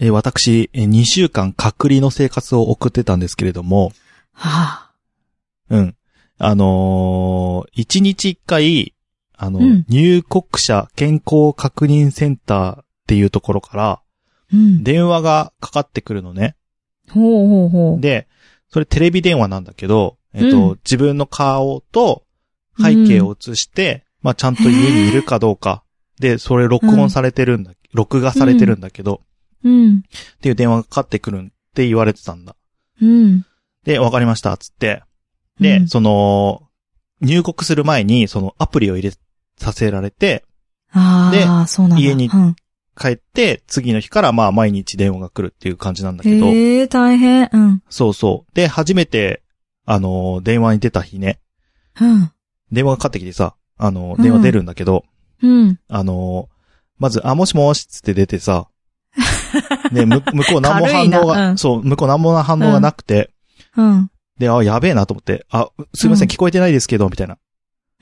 えー私、えー2週間隔離の生活を送ってたんですけれども、はあ、うん。あのー、1日1回、あの、うん入国者健康確認センターっていうところから、うん。電話がかかってくるのね。ほうほうほう。で、それテレビ電話なんだけど、えっ、と、うん自分の顔と背景を映して、まあちゃんと家にいるかどうか。で、それ録音されてるんだ、録画されてるんだけど、うん。っていう電話がかかってくるって言われてたんだ。うん。で、わかりました、つって。で、うんその、入国する前に、そのアプリを入れさせられて、ああ、そうなんだ。家にうん、帰って、次の日からまあ毎日電話が来るっていう感じなんだけど、ええー、大変。うん。そうそう。で、初めて、あのー、電話に出た日ね、うん。電話がかかってきてさ、あのうー、ん電話出るんだけど、うん。あのー、まず、あ、もしもしっつって出て さ、で、む向こう何も反応軽いなうが、んそう、向こう何も反応がなくて、うん。で、あ、やべえなと思って、あ、すいません、うん聞こえてないですけど、みたいな。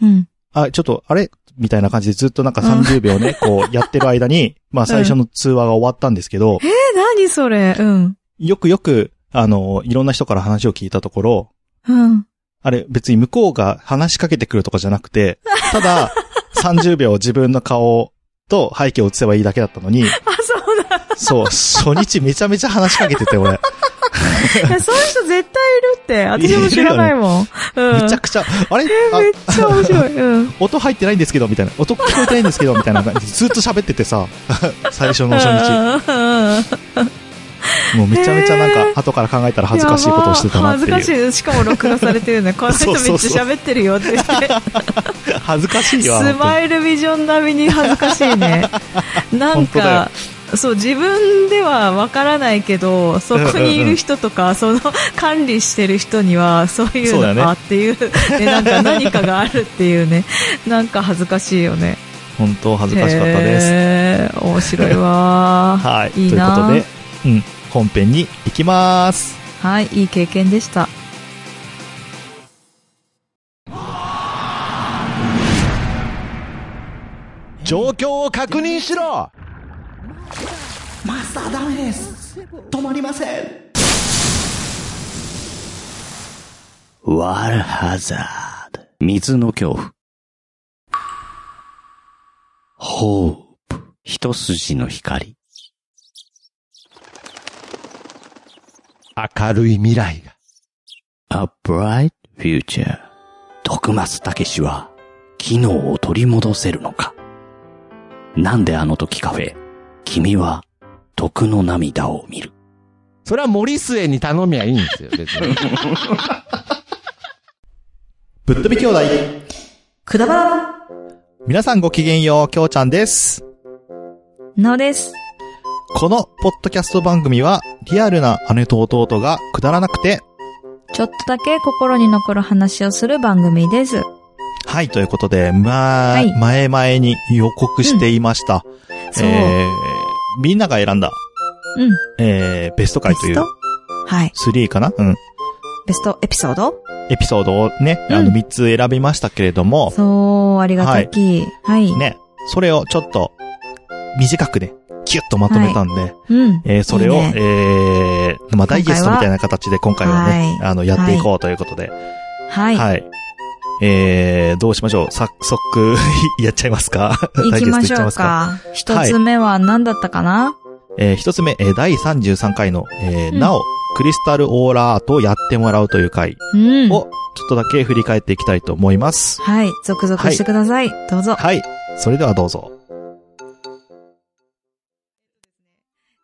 うん。あ、ちょっと、あれみたいな感じでずっとなんか30秒ね、こうやってる間に、まあ最初の通話が終わったんですけど、え、何それうん。よくよく、あの、いろんな人から話を聞いたところ、うん。あれ別に向こうが話しかけてくるとかじゃなくて、ただ、30秒自分の顔と背景を映せばいいだけだったのに、あ、 そうなんだ。そう、初日めちゃめちゃ話しかけてて、俺。いやそういう人絶対いるって。私も知らないもん。うん。めちゃくちゃ、あれえあめっちゃ面白い。うん。 音入ってないんですけど、みたいな。音聞こえてないんですけど、みたいな感じでずっと喋っててさ、 最初の初日。日。もうめちゃめちゃなんか、後から考えたら恥ずかしいことをしてたなっていう。やば恥ずかしい。しかも録画されてるね。この人めっちゃ喋ってるよって言って。恥ずかしいわ。スマイルビジョン並みに恥ずかし いね。なん本当だか、そう、自分ではわからないけど、そこにいる人とか、その管理してる人には、そういうそうだのねがあっていう、ね、なんか何かがあるっていうね、なんか恥ずかしいよね。本当恥ずかしかったです。す。面白いわ ーはい。いいなということで、うん、本編に行きます。はい、いい経験でした。状況を確認しろマスターダメです止まりませんワールハザード。水の恐怖。ホープ。一筋の光。明るい未来が。A bright future. 徳松武氏は、機能を取り戻せるのかなんであの時カフェ、君は、徳の涙を見る。それは森末に頼みゃいいんですよ、別に。ぶっ飛び兄弟。くだばら皆さんごきげんよう、きょうちゃんです。のです。このポッドキャスト番組は、リアルな姉と弟がくだらなくて、ちょっとだけ心に残る話をする番組です。はい、ということで、まあ、はい前々に予告していました。そう。えー、みんなが選んだ、うん。えー、ベスト回というベス、トはい。 3かなうん。ベストエピソードエピソードをね、あうの、ん3つ選びましたけれども、そう、ありがたき。はい。ね、それをちょっと、短くね、キュッとまとめたんで、うん。えーそれを、いいねえー、まあ、ダイジェストみたいな形で今回はね、はいあの、やっていこうということで、は。はいい。えー、どうしましょう早速、 やっちゃいますか行ダイきジェまストしいっちゃいょうますか。か。一つ目は何だったかなえー、一つ目、えー、第33回の、えーうんなお、クリスタルオーラアートをやってもらうという回うん。を、ちょっとだけ振り返っていきたいと思います。はい。続々してください。どうぞ。はい。それではどうぞ。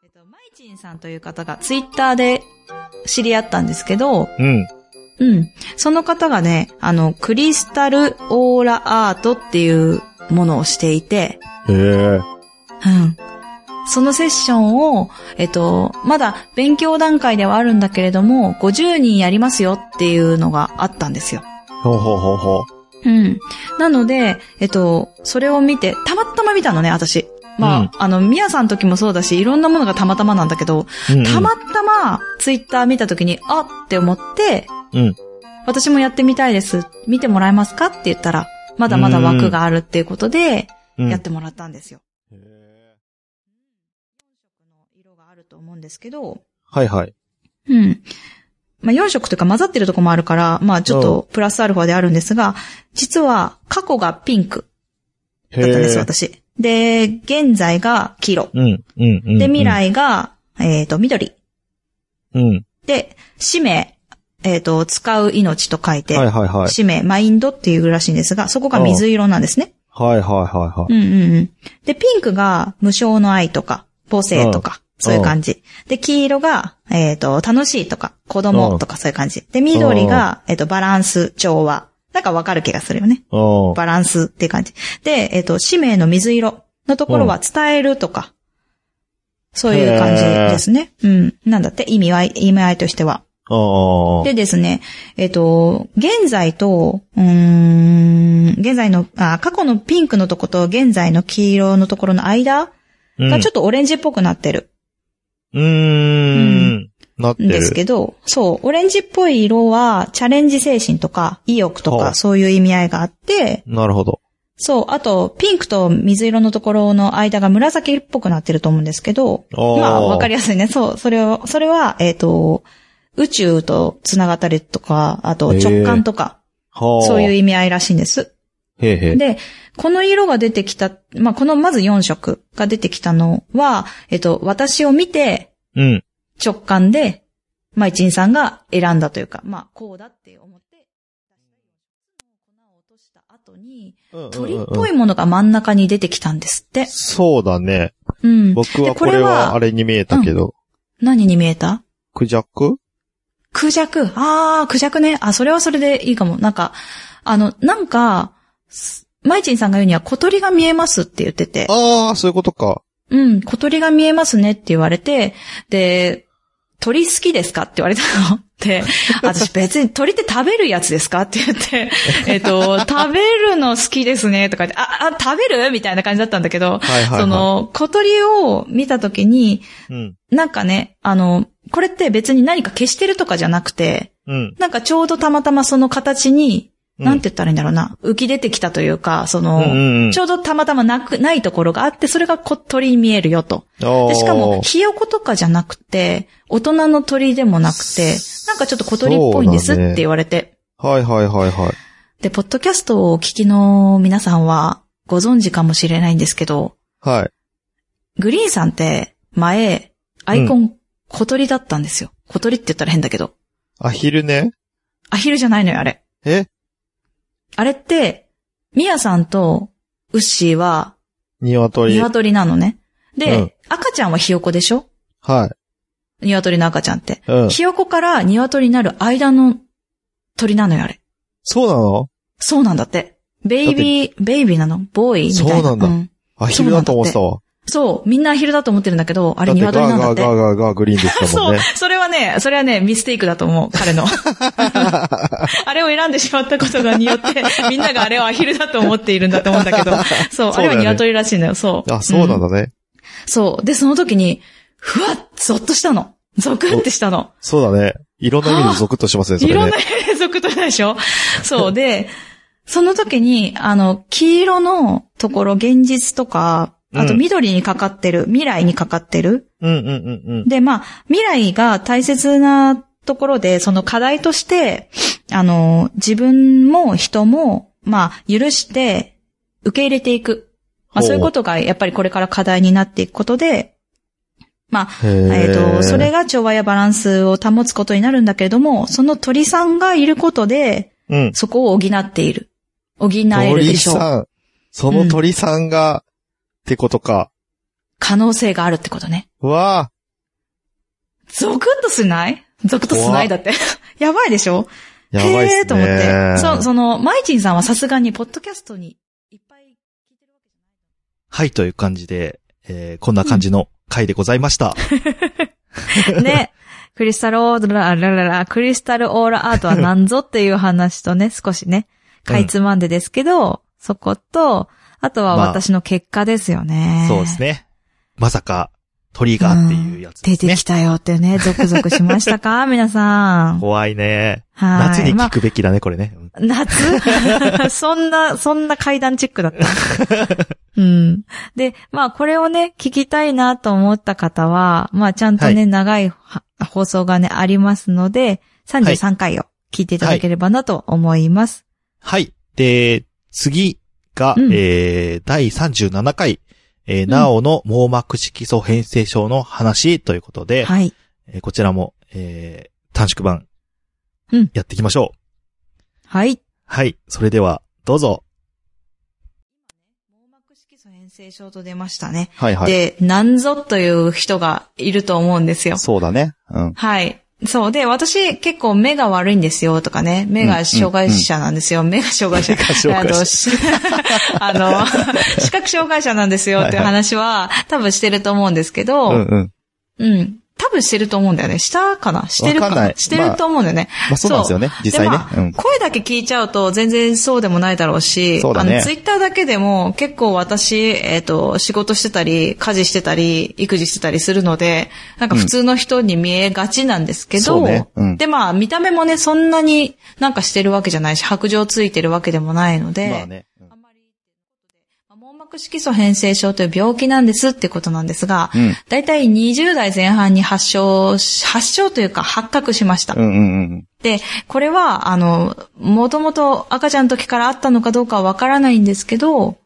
えっと、マイチンさんという方がツイッターで知り合ったんですけうど、ん。うん。その方がね、あの、クリスタルオーラアートっていうものをしていて、えー、うん。そのセッションを、えっと、まだ勉強段階ではあるんだけれども、50人やりますよっていうのがあったんですよ。ほうほうほうほう。うん。なので、えっと、それを見て、たまたま見たのね、私。まあ、うんあの、ミヤさんの時もそうだし、いろんなものがたまたまなんだけど、うんうんたまたま、ツイッター見た時に、あって思って、うん私もやってみたいです。見てもらえますかって言ったら、まだまだ枠があるっていうことで、うんやってもらったんですよ。色があると思うんですけど、はいはい。うん。まあ、4色というか混ざってるとこもあるから、まあ、ちょっとプラスアルファであるんですが、実は過去がピンクへだったんです、え。私。で、現在が黄色。うん、うん、うん。で、未。来が、えっ、と、緑。うん。で、使命、えっ、と、使う命と書いて、はいはいはい。使命、マインドっていうらしいんですが、そこが水色なんですね。はいはいはいはうんうんうん。で、ピンクが無償の愛とか、母性とか、そういう感じ。で、黄色が、えっ、と、楽しいとか、子供とかそういう感じ。で、緑が、えっ、と、バランス、調和。なんかわかる気がするよね。い。うん。バランスっていう感じ。で、えっ、と、使命の水色のところは伝えるとか、そういう感じですね。うん。なんだって、意味合い、意味合いとしては。ああ。でですね、えっと、現在と、うーん、現在の、あ、過去のピンクのとこと現在の黄色のところの間うんがちょっとオレンジっぽくなってるうーん。なってんでする。けど、そう、オレンジっぽい色はチャレンジ精神とか意欲とほうかそういう意味合いがあって、なるほど。そう、あと、ピンクと水色のところの間が紫っぽくなってると思うんですけど、あーまあ、わかりやすいね。そう、それを、それは、えっ、と、宇宙と繋がったりとか、あと直感とか、はあ。そういう意味合いらしいんです。へえへえ。で、この色が出てきた、まあ、このまず4色が出てきたのは、えっと、私を見てうん。直感で、まあ、一員さんが選んだというか、まあ、こうだって思って、粉を落とした後に、鳥っぽい。いものが真ん中に出てきたんですって。そうだね。うん。僕はでここれれははあれに見えたけど。何に見えたクジャククジャク。あー、クジャクね。あ、それはそれでいいかも。なんか、あの、なんか、すマイチンさんが言うには小鳥が見えますって言ってて。ああ、そういうことか。うん、小鳥が見えますねって言われて、で、鳥好きですかって言われたの。 で、私別に鳥って食べるやつですかって言って、 えっと、食べるの好きですねとか言って、あ、あ、食べるみたいな感じだったんだけど、はいはいはい。そ、の、小鳥を見たときに、うん。なんかね、あの、これって別に何か消してるとかじゃなくて、うん。なんかちょうどたまたまその形に、うんなんて言ったらいいんだろうな、浮き出てきたというか、その、うんうんうんちょうどたまたまなく、ないところがあって、それが小鳥に見えるよと。でで、しかも、ひよことかじゃなくて、大人の鳥でもなくて、なんかちょっと小鳥っぽいんですそっうだねて言われて。はいはいはいはい。で、ポッドキャストをお聞きの皆さんは、ご存知かもしれないんですけど、はい。グリーンさんって、前、アイコン、小鳥だったんですよ。小鳥って言ったら変だけど。アヒルね。アヒルじゃないのよ、あれ。えあれって、ミヤさんとウッシーは鶏。はい。鶏なのね。で、うん赤ちゃんはヒヨコでしょ鶏の赤ちゃんって。うん。ヒヨコから鶏になる間の鳥なのよ、あれ。そうなのそうなんだって。ベイビー、ベイビーなのボーイみたいな。そうなんだアヒルだと思ってたわ。そう、みんなアヒルだと思ってるんだけど、ああれ鶏なんだって。ガーガーガーガーガーグリーンでしたも そんう、ね。それはね、それはね、ミステイクだと思う、彼の。あれを選んでしまったことによって、みんながあれをアヒルだと思っているんだと思うんだけど、そう、そうあだれよねは鶏らしいんだよ、そう。あ、そうなんんだね。そう。で、その時に、ふわっ、ゾッとしたの。ゾクンってしたの。そうだね。いろんな意味でゾクッとしますね、そいれろんな ね。連続としたでしょそう。で、その時に、あの、黄色のところ、現実とか、あとうん緑にかかってる、未来にかかってる。うんうんうんうん。で、まあ、未来が大切なところで、その課題として、あの、自分も人も、まあ、許して、受け入れていく。まあ、ほうそういうことが、やっぱりこれから課題になっていくことで、まあ、ええっ、と、それ、が調和やバランスを保つことになるんだけれども、その鳥さんがいることで、うん。そこを補っている。補えるで鳥しょう。さん。その鳥さんが、ってことか。可能性があるってことね。うわゾクッとしないゾクッとしないだって。 やばいでしょぁ、やばいっすね。へーと思って。そ、その、マイチンさんはさすがに、ポッドキャストにいっぱい聞いてるわけじゃない。はい、という感じで、えーこんな感じの回でございました。ね。クリスタルオーラ、ラララ、クリスタルオーラアートは何ぞっていう話とね、少しね、かいつまんでですけど、そこと、あとはまあ私の結果ですよね。そうですね。ね。まさか、鳥がっていうやつで出すてねき。たよってね、ゾクゾクしましたか皆さん。怖いね。はい。夏にま聞あくべきだね、これね。うん 夏そんな、そんな階段チックだった。うん。で、まあこれをね、聞きたいなと思った方は、まあちゃんとね、は長いは放送がね、ありますので、33回を聞いていただければなと思います。はい。で、次が、うんえー、第37回、えー、なおの網膜色素変性症の話ということで、はい。えーこちらも、えー、短縮版うん、やっていきましょう。はい。はい。それでは、どうぞ。網膜色素変性症と出ましたね。はいはい。で、なんぞという人がいると思うんですよ。そうだね。 うん。はい。そう。で、私結構目が悪いんですよとかね。目が障害者なんですよ。目が障害者。障害者 あの、しあの、視覚障害者なんですよっていう話は多分してると思うんですけど、うんうん。うん。多分してると思うんだよね。したかなしてるかわかんないしてると思うんだよね。まあそうなんですよね。実際ね。でうまあん。声だけ聞いちゃうと全然そうでもないだろうし、そうだねあの、ツイッターだけでも結構私、えっ、と、仕事してたり、家事してたり、育児してたりするので、なんか普通の人に見えがちなんですけそど、うねうんで、まあ、見た目もね、そんなになんかしてるわけじゃないし、白状ついてるわけでもないので、まあね。あんまりまあ網膜色素変性症という病気なんですってことなんですが、うん。だいたい20代前半に発症し、発症というか発覚しました。うんうんうん。で、これは、あの、もともと赤ちゃんの時からあったのかどうかはわからないんですけど、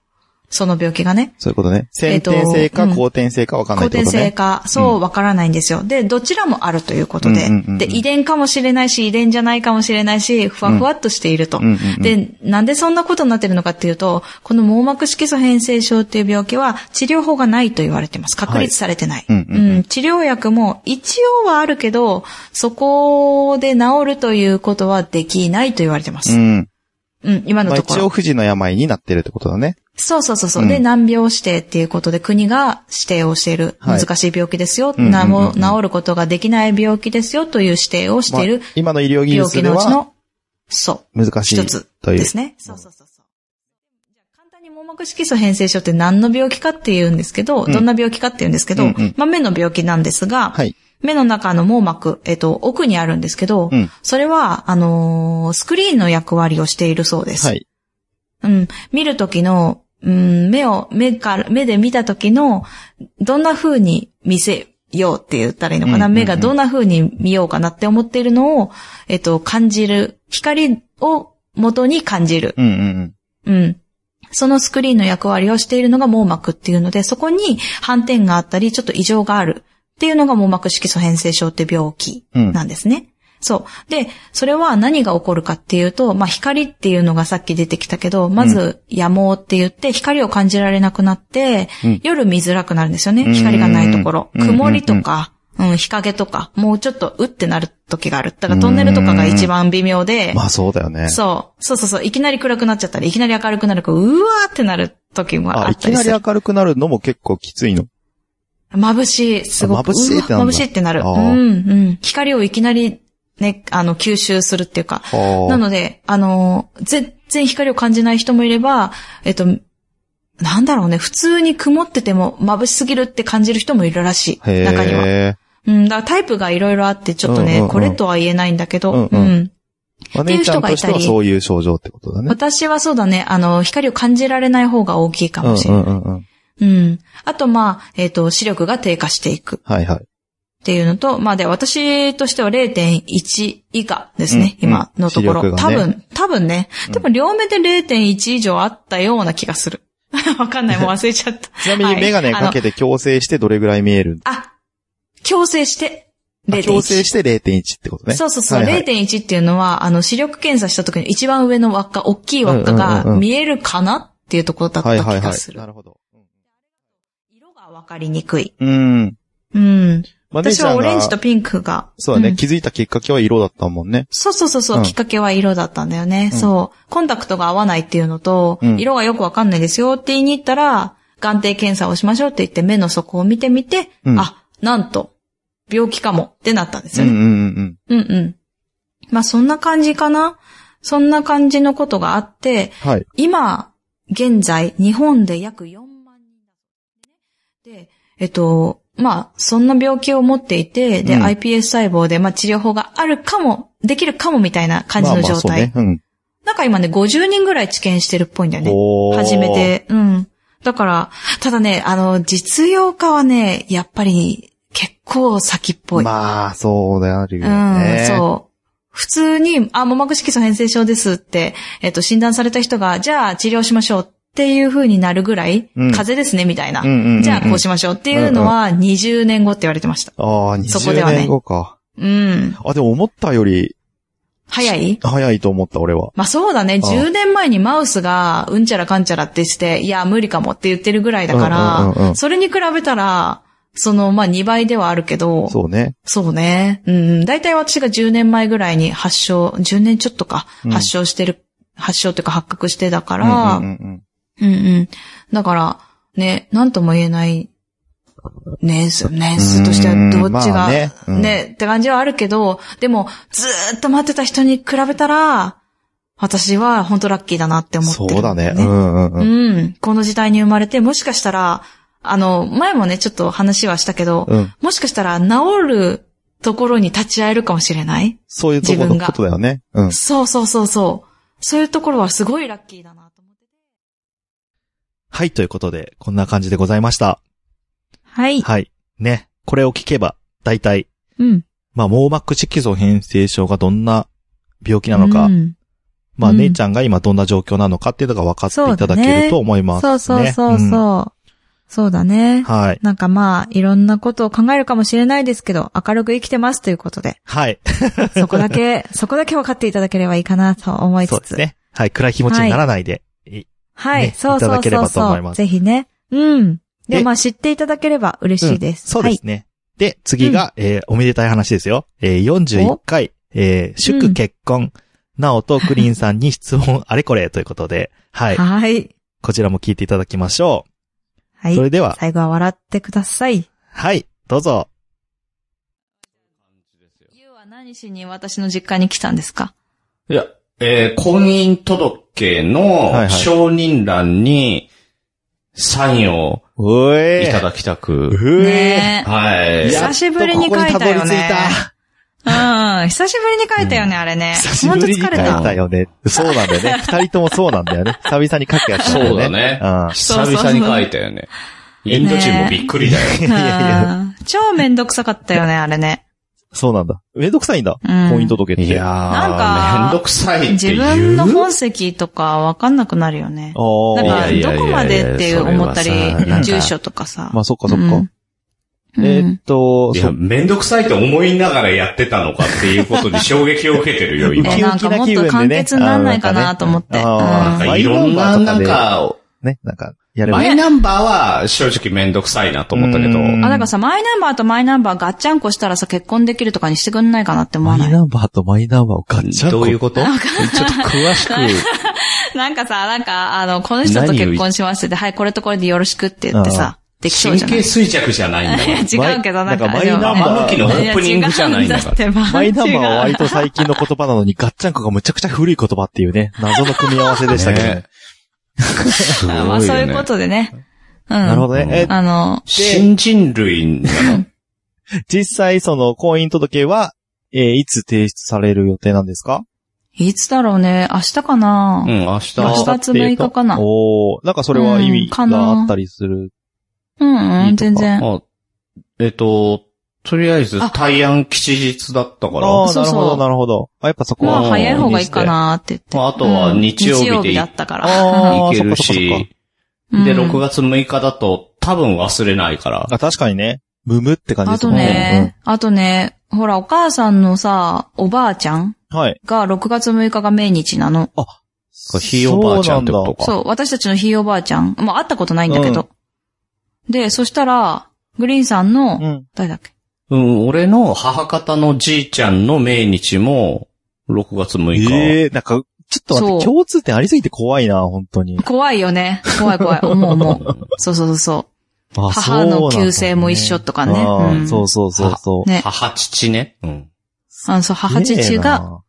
その病気がね、そういうことね。え先っと天性うかん後天性かわかんない後ってこ天と性ね。か、そうわからないんですよ。で、どちらもあるということで、うんうんうんうんで、遺伝かもしれないし、遺伝じゃないかもしれないし、ふわふわっとしていると。うんうんうんで、なんでそんなことになってるのかっていうと、この網膜色素変性症っていう病気は治療法がないと言われてます。確立されてない。うんうんうん治療薬も一応はあるけど、そこで治るということはできないと言われてます。うん。うん、今まのあとこ一ろ。応不治の病になってるってことだね。そうそうそうそう、うんで、難病指定っていうことで国が指定をしている。はい難しい病気ですよ、うんうんなもうん治ることができない病気ですよという指定をしているまあ今の医療技病術気でのうちはの、そ難う、しい一つといでう。すね。そうそうそうそう。じゃあ簡単に網膜色素変性症って何の病気かって言うんですけど、うんどんな病気かって言うんですけど、うんうんまあ目の病気なんですが、はい。目の中の網膜、えっと、奥にあるんですけど、うんそれは、あのースクリーンの役割をしているそうです。はい。うん、見るときの、うん、目を、目から、目で見たときの、どんな風に見せようって言ったらいいのかな、うんうんうん目がどんな風に見ようかなって思っているのを、えっと、感じる、光を元に感じる。うんうんうん。そのスクリーンの役割をしているのが網膜っていうので、そこに斑点があったり、ちょっと異常があるっていうのが網膜色素変性症って病気うん。うん。なんですね。そう。で、それは何が起こるかっていうと、まあ、光っていうのがさっき出てきたけど、まず、野毛って言って、光を感じられなくなって、うん夜見づらくなるんですよね。うん光がないところ。うん曇りとか、うん、日陰とか、もうちょっと、うってなる時がある。だから、トンネルとかが一番微妙で、まあそうだよね。そう。そうそうそう。いきなり暗くなっちゃったり、いきなり明るくなるから、うわーってなる時もああ、いったきりなすりる。明るくなるのも結構きついの。眩しい、すごく。眩しいってうなんわだ眩しいってなる。うあんー、うん。光をいきなり、ね、あの、吸収するっていうか。ななので、あのー、全然光を感じない人もいれば、えっと、なんだろうね、普通に曇ってても眩しすぎるって感じる人もいるらしい。へ中には。え。うん、だからタイプがいろいろあって、ちょっとうね、んうんうんこれとは言えないんだけど、うんうんうんお姉ちゃんとしてっていう人がいたはりそういう症状ってことだね。私はそうだね、あの、光を感じられない方が大きいかうんもしれうない。んうんうん。うんあと、まあ、えっ、と、視力が低下していくっはいはい。ていうのと、まあ、で、私としては0.1以下ですね、うんうん今のところ、視力多がね分、多分ね。でも、両目で0.1以上あったような気がする。 わか んない、もう忘れちゃった。ちなみにメガネはいあのかけて矯正してどれぐらい見えるあ、矯正して、0.1。矯正して0.1ってことね。そうそうそう。はいはい0.1っていうのは、あの、視力検査した時に一番上の輪っか、大きい輪っかうんうんがうんうん見えるかなっていうところだったはい気はいがはすい。るな。るほど。色がわかりにくい。うん。うん。まあ私姉ちゃんはがオレンジとピンクが。そうだね、ん気づいたきっかけは色だったもんね。そうそうそうそう、うんきっかけは色だったんだよね。うんそう。コンタクトが合わないっていうのと、うん色がよくわかんないですよって言いに行ったら、眼底検査をしましょうって言って目の底を見てみて、うんあ、なんと、病気かもってなったんですうよんうねん。うんうんうん。まあそんな感じかな。そんな感じのことがあって、うん。はい。今、現在、日本で約4万人で、えっと、まあ、そんな病気を持っていて、で、うん iPS 細胞で、まあ、治療法があるかも、できるかもみたいな感じの状態。まあまあそうね。なんか今ね、50人ぐらい治験してるっぽいんだよね。おー初め。て。うん。だから、ただね、あの、実用化はね、やっぱり結構先っぽい。まあ、そうだようん、ね。そう。普通に、あ、網膜色素変性症ですって、えっと、診断された人が、じゃあ治療しましょうっていう風になるぐらい、うん風邪ですね、みたいな。うんうんうんうんじゃあこうしましょうっていうのは、20年後って言われてました。ああ、そこ20ではね年後か。うん。あ、でも思ったより早い早いと思った、俺は。まあそうだね、ああ10年前にマウスが、うんちゃらかんちゃらってして、いや、無理かもって言ってるぐらいだから、うんうんうんうんそれに比べたら、その、まあ2倍ではあるけど、そうね。そうね。うん。大体私が10年前ぐらいに発症、10年ちょっとかう、ん発症してる、発症というか発覚してたかうんうら、うんうんんうんうん。だから、ね、なんとも言えない、年数、年数としてはどっちうんまが、あねねうんって感じはあるけど、でも、ずーっと待ってた人に比べたら、私は本当ラッキーだなって思ってそる、うだね。うんうんうん。うん。この時代に生まれて、もしかしたら、あの、前もね、ちょっと話はしたけど、うん。もしかしたら治るところに立ち会えるかもしれないそういうとこ自分のがことだよね。うん。そうそうそうそう。そういうところはすごいラッキーだなと思って。はい、ということで、こんな感じでございました。はい。はい。ね。これを聞けば、大体、うん。まあ、網膜色素変性症がどんな病気なのか、うんまあ、うん姉ちゃんが今どんな状況なのかっていうのが分かっていただけると思います、ね。そうそうそうそう。そうだね。うんはい。なんかまあ、いろんなことを考えるかもしれないですけど、明るく生きてますということ で、はい。そこだけ、そこだけ分かっていただければいいかなと思いそつうですつ。ね。はい。暗い気持ちにならないで。いはい、ねそういたそだうけれそうばと思いそまう。すぜひね。うん。で、でまあ知っていただければ嬉しいです。そうですね。で、次が、えーおめでたい話ですよ。えー41回、えーう祝ん結婚、なお とクリーンさんに質問あれこれということで、はい。はい。はい。こちらも聞いていただきましょはう。い。それでは、最後は笑ってください。はい、どうぞ。ゆうは何しに私の実家に来たんですかいや、えー婚姻届いはのい承認欄にサインをういえただきたく。うえねえ。はい。久しぶりに書いたよね。うん。久しぶりに書いたよね、あれね。久しぶりに書いほんと疲れたよね。そうなんだよね。二人ともそうなんだよね。久々に書くやつなんだそうよね。だね。 久そうそう々に書いたよね。インド人もびっくりだよ。た。うん超めんどくさかったよね、あれね。そうなんだ。めんどくさいんだ。うん婚姻届って。いやー、なんかめんどくさいって自言う。分の本籍とかわかんなくなるよねあ。ーなんか、いやいやいやいやどこまでって思ったりそれはさなん、か住所とかさ。まあ、そっかそっか。うんえーっと、いそや、うめんどくさいと思いながらやってたのかっていうことに衝撃を受けてるよ、今。え、なんかもっと簡潔になんないかなと思って。あーうんなんかねいろんな、なんか、ね、なんか、やればマイナンバーは正直めんどくさいなと思ったけど、うんあ、だからさ、マイナンバーとマイナンバーガッチャンコしたらさ、結婚できるとかにしてくんないかなって思わマなイいナンバーとマイナンバーをガッチャンコ。どういうことちょっと詳 しく。なんかさ、なんか、あの、この人と結婚しますって、はい、これとこれでよろしくって言ってさ、できそう神じゃない経衰弱じゃないんだかいら。や違うけど、なんか、マイなんかマイナンバー天の木のオープニングじゃないんだから。らマイナンバーは割と最近の言葉なのに、ガッチャンコがむちゃくちゃ古い言葉っていうね、謎の組み合わせでしたけどねね。すごいよねまあ、そういうことでね。うん。なるほどね。え、あの、新人類なの実際その婚姻届は、えーいつ提出される予定なんですかいつだろうね、明日かなうん、明日。明日月6日かなおーなんかそれは意うん味かながあったりする。うん、いいとうん、か全然。あえっと、とりあえずあ、大安吉日だったから、ああ、そうなるそうほど、なるほど。あ、やっぱそこまは。あ、早い方がいいかなって言って。まああとは日曜日でうん日曜日だったから。あ行ーけるそっかし、うんで、6月6日だと多分忘れないから、あ、確かにね。ムムって感じあですともんね、あとね、ほら、お母さんのさ、おばあちゃんうんはい。が6月6日が命日なの。ひいおばあちゃんってことか。そう、私たちのひいおばあちゃん。まあ、会ったことないんだけど。で、そしたら、グリーンさそんうなの、んだ。うん。誰だっけうん、俺の母方のじいちゃんの命日も、6月6日。ええなんか、ちょっと待っそうて、共通点ありすぎて怖いな、本当に。怖いよね。怖い怖い。思う思う。そうそうそうそう。あ母の旧姓も一緒とかねそうなんだねあーうんそうそうそうそう。ね。母父ね。うん。あの、そう、母父が、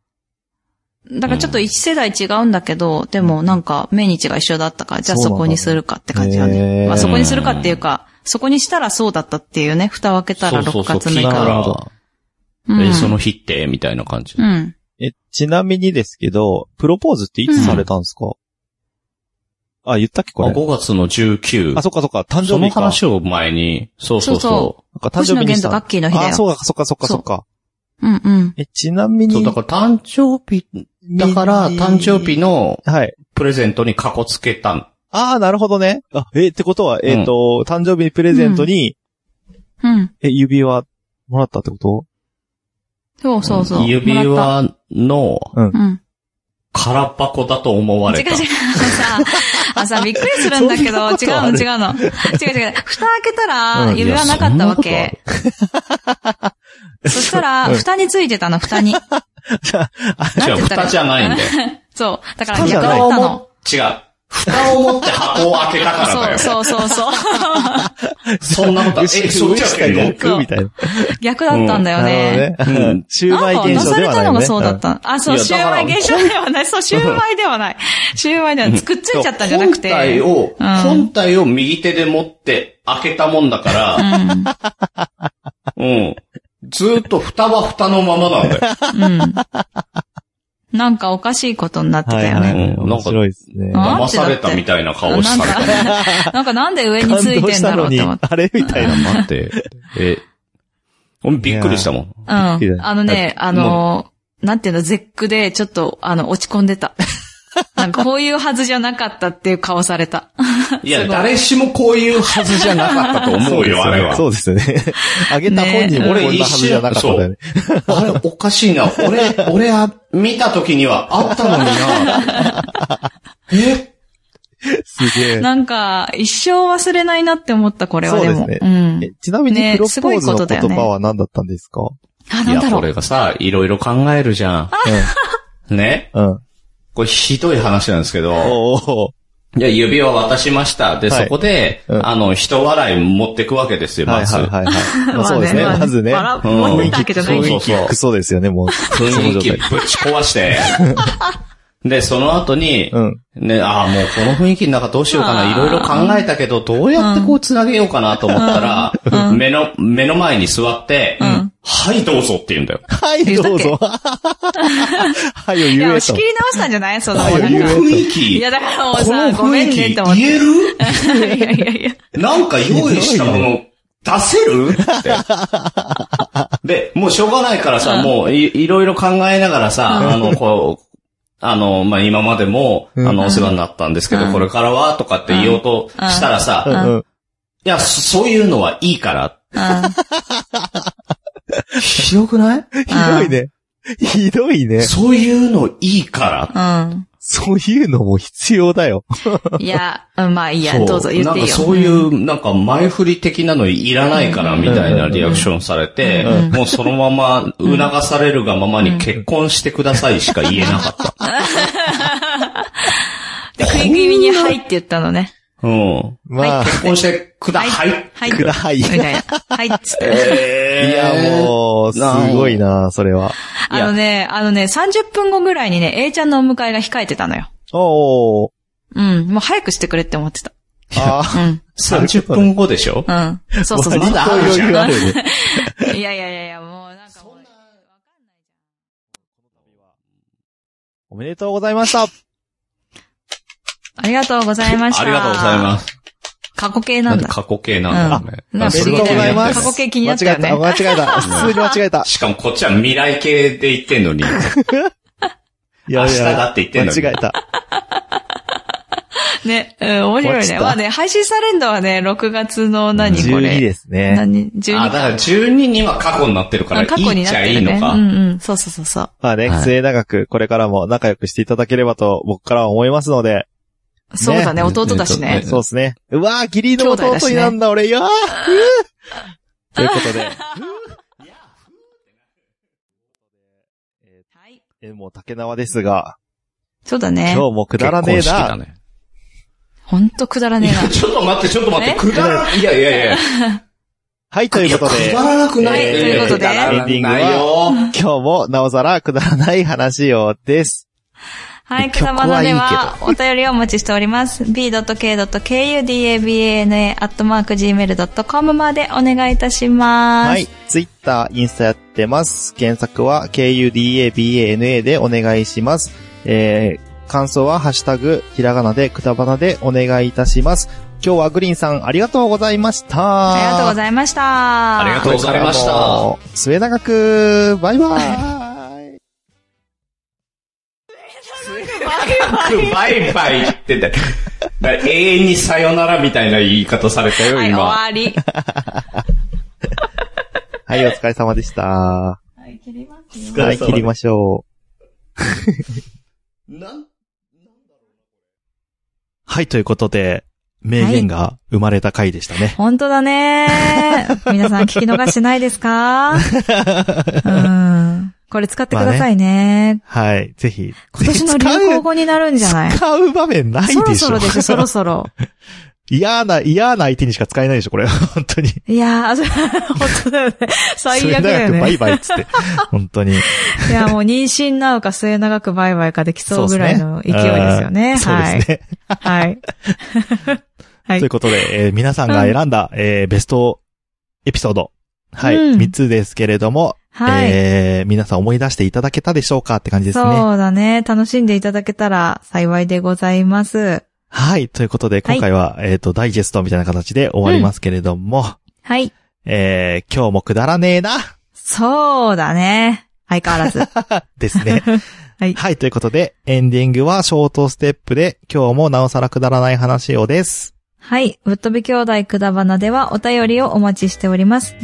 だからちょっとうん一世代違うんだけど、でもなんか命日が一緒だったから、じゃあそうなんそだこにするかって感じだへね。ーまあそこにするかっていうか、そこにしたらそうだったっていうね、蓋を開けたらそうそう6そう月6聞いた日。らなるほどうんえ、その日って、みたいな感じう。ん。え、ちなみにですけど、プロポーズっていつされたんですか、あ、言ったっけこあれ。 5月の19。あ、そっかそっか、誕生その日か。話を前に、そうそそううそそう。なんか誕星生日野に源しとた。ガッキーの日だあ、よ。そうかそっかそっかそっか。うんうん。え、ちなみそう、に。だから誕生日、だから誕生日のはい。プレゼントにかこつけたん。ああ、なるほどね。あ、え、ってことは、えっ、と、誕生日プレゼントに、うん。え、指輪もらったってことそうそうそう。指もらっ輪のた。うん。空箱だと思わ違れう違たう。。あ のさ、あのさ、びっくりするんだそけど、んなこと違あうるの違うの。違う違う。蓋開けたうら、ん指輪なかったわいやけ。そしたら、蓋についてたの、蓋に。違う、蓋じゃないんだよ。そう。だから蓋逆じだゃっないたの。違う。蓋を持って箱を開けたからだよ。そうそうそう そう。そんなこと、え、そっち開けんの焼くみたいな。逆だったんだよね。なるほどね。うんシューなマんかイ出現象さでれはたないのね。がそうだった。あ、そう、いやシューマイだから現象ではない。そう、シューマイではない。シューマイではない。くっついちゃったんじゃなくて。本体を、うん本体を右手で持って開けたもんだから、うん。ずーっと蓋は蓋のままなんだよ。うん。うん。なんかおかしいことになってはたいよはいね。はい。うんなん面か白いですね。あ騙されたみたいな顔なんをしたんだよ。か、なんかなんで上についてんだろうって思って。あれみたいな。待って、え、俺びっくりしたもん。うん。あのね、あの、なんていうの、絶句で、ちょっと、あの、落ち込んでた。なんか、こういうはずじゃなかったっていう顔された。いや、誰しもこういうはずじゃなかったと思うよ、あれは。そうですよね。 あげた本人もこんなねはずじゃなかったんだよね。あれ、おかしいな。俺、俺は、見た時にはあったのにな。えすげえ。なんか、一生忘れないなって思った、これはでも。そうですんえ。ちなみにねプロポーズすごいことのだよね言葉は何だったんですかあ、いなんや、だろこう。れがさ、いろいろ考えるじゃん。ねうん。うん。これひどい話なんですけ ど、おーおいや、指輪渡しました。で、はいそこで、うんあの、人笑い持ってくわけですよ、ーはまいずはい。はいはい。まあそうですね。まずね。笑ううん笑ったわけじゃないそう雰そう囲気クソですよね、もう。雰囲気ぶち 壊して、で、その後に、うん。ね、ああ、もうこの雰囲気の中どうしようかな、いろいろ考えたけど、どうやってこう繋げようかなと思ったら、目の、目の前に座って、んはい、どうぞって言うんだよ。はい、言ったどうっけ ぞ。はいよ、い言や、えと仕切。り直したんじゃないその、こもうのなんか。雰囲気、いや、だからもうこのさ、ごめ雰んね囲って気思って。い言えるやいやいや。なんか用意したもの、出せるって。で、もうしょうがないからさ、もういいろいろ考えながらさ、あの、こう、あの、まあ、今までも、あの、お世話になったんですけうど、んこれからはとかって言おうとしたらうさ、んうん。いや、そそういうのはいいから。う ひどくないひどいね。ひどいね。そういうのいいから。ん。うんそういうのも必要だよ。いや、うんまあいいや、そうどうぞ言っていいよ。なんかそういう、なんか前振り的なのいらないからみたいなリアクションされて、もうそのまま促されるがままに結婚してくださいしか言えなか った。で食い気味にはいって言ったのね。うん。まあ、結婚してくだ、はい。はい。くだはい。いみたいな。 はいっつって。えや、もう、すごいな、それは。あのね、あのね、30分後ぐらいにね、A ちゃんのお迎えが控えてたのよ。おー。うん。もう早くしてくれって思ってた。あうん。 30分後でしょうん。そうそうそー、 う。まだ余裕あるね。いやいやいやいや、もうなんかもう。おめでとうございました。ありがとうございました。。ありがとうございますす。過去形ななんんでだ。過去形なんだろうね。うんなんかそれおめでとうございます過去形気に間な違っえたよた、ね。間違え た。普通に間違えた。しかもこっちは未来形で言ってんのに、い明や日いだや、って言ってん間の違に。えた。ね、うん、面白い落ちね。たまあね、配信されるのはね、6月の何これ。 12ですね。何 ?12 あ、だから12には過去になってるから、い過去いにっなっちゃていいるのね。か。うんうん。そうそうそうそう。まあね、末永くこれからも仲良くしていただければと僕からは思いますので。そうだね、弟だしねね。そうですね。うわー、義理の兄弟だし弟ねになんだ、俺、いやーうーということで、はい。えもう竹縄ですが、そうだね。今日もくだらねえ結婚な式だ。ね。ほんとくだらねえな。ちょっと待って、ちょっと待って、えくだら、いやいやいや。はい、ということ いで、やくだらなくないえーということでくだらエンディングないよ。今日もなおさらくだらない話をです。はい、草花では、お便りをお待ちしております。b.k.kudabana.gmail.com までお願いいたします。はい。ツイッター、インスタやってます。検索は KUDABANA でお願いします。えー、感想はハッシュタグ、ひらがなで、くたばなでお願いいたします。今日はグリーンさんありがとうございました。ありがとうごいざいました。ありがとうございました。した。末永く、バイバイ。バイバイってだ。だから永遠にさよならみたいな言い方されたよ、はい、終今。わり。はい、お疲れ様でした。はい、切り ますよ。はい、切りましょう。なんはい、ということで、名言が生まれた回でしたね。本当 だね。皆さん聞き逃してないですかうん。これ使ってくださいね。はい、ぜひ。今年の流行語になるんじゃない使う場面ないでしそょ。ろそろでしょ、そろそろ。嫌な、嫌な相手にしか使えないでしょ、これ。 本当に。いやー、それ本当だ よね。最悪だよ末永くバねイ。バイっつ って。本当に。いや、もう妊娠なのか末永くバイバイかできそうぐらいの勢いですよね。そうはでいす。ね。はい。とはいうい。ことで、えー皆さんが選んだ、えーベストエピソード。はい。うん3つですけれども、はい。えー皆さん思い出していただけたでしょうかって感じですね。そうだね。楽しんでいただけたら幸いでございます。はい。ということで、今回は、えっ、と、ダイジェストみたいな形で終わりますけれども、はい。えー今日もくだらねえな、そうだね。相変わ らず。ですね。はいはい。ということで、エンディングはショートステップで、今日もなおさらくだらない話をです。はい。ぶっ飛び兄弟くだばなではお便りをお待ちしております。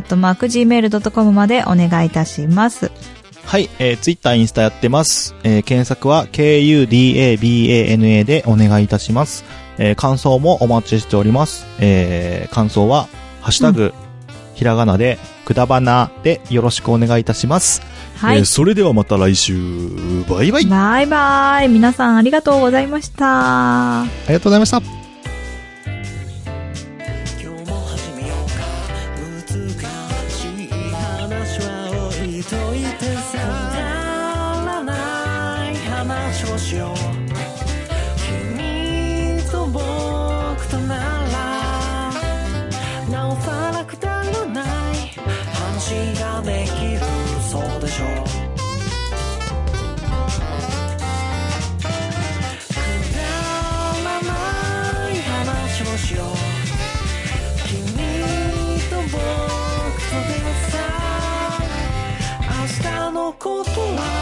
b.k.kudabana.gmail.com までお願いいたします。はい、えー、ツイッター、インスタやってます。えー、検索は KUDABANA でお願いいたします。えー、感想もお待ちしております。えー、感想は、ハッシュタグ、ひらがなで、くだばなでよろしくお願いいたします。はえいー。それではまた来週、バイバイ。あバイバイ。皆さんありがとうございました。りがとうございました。今日も始めようか難しい話は置いといてさくだらない話をしよう君と僕とならなおさらくだらない話ができるそうでしょうくだらない話をしよう「君と僕とでさ」「明日のことは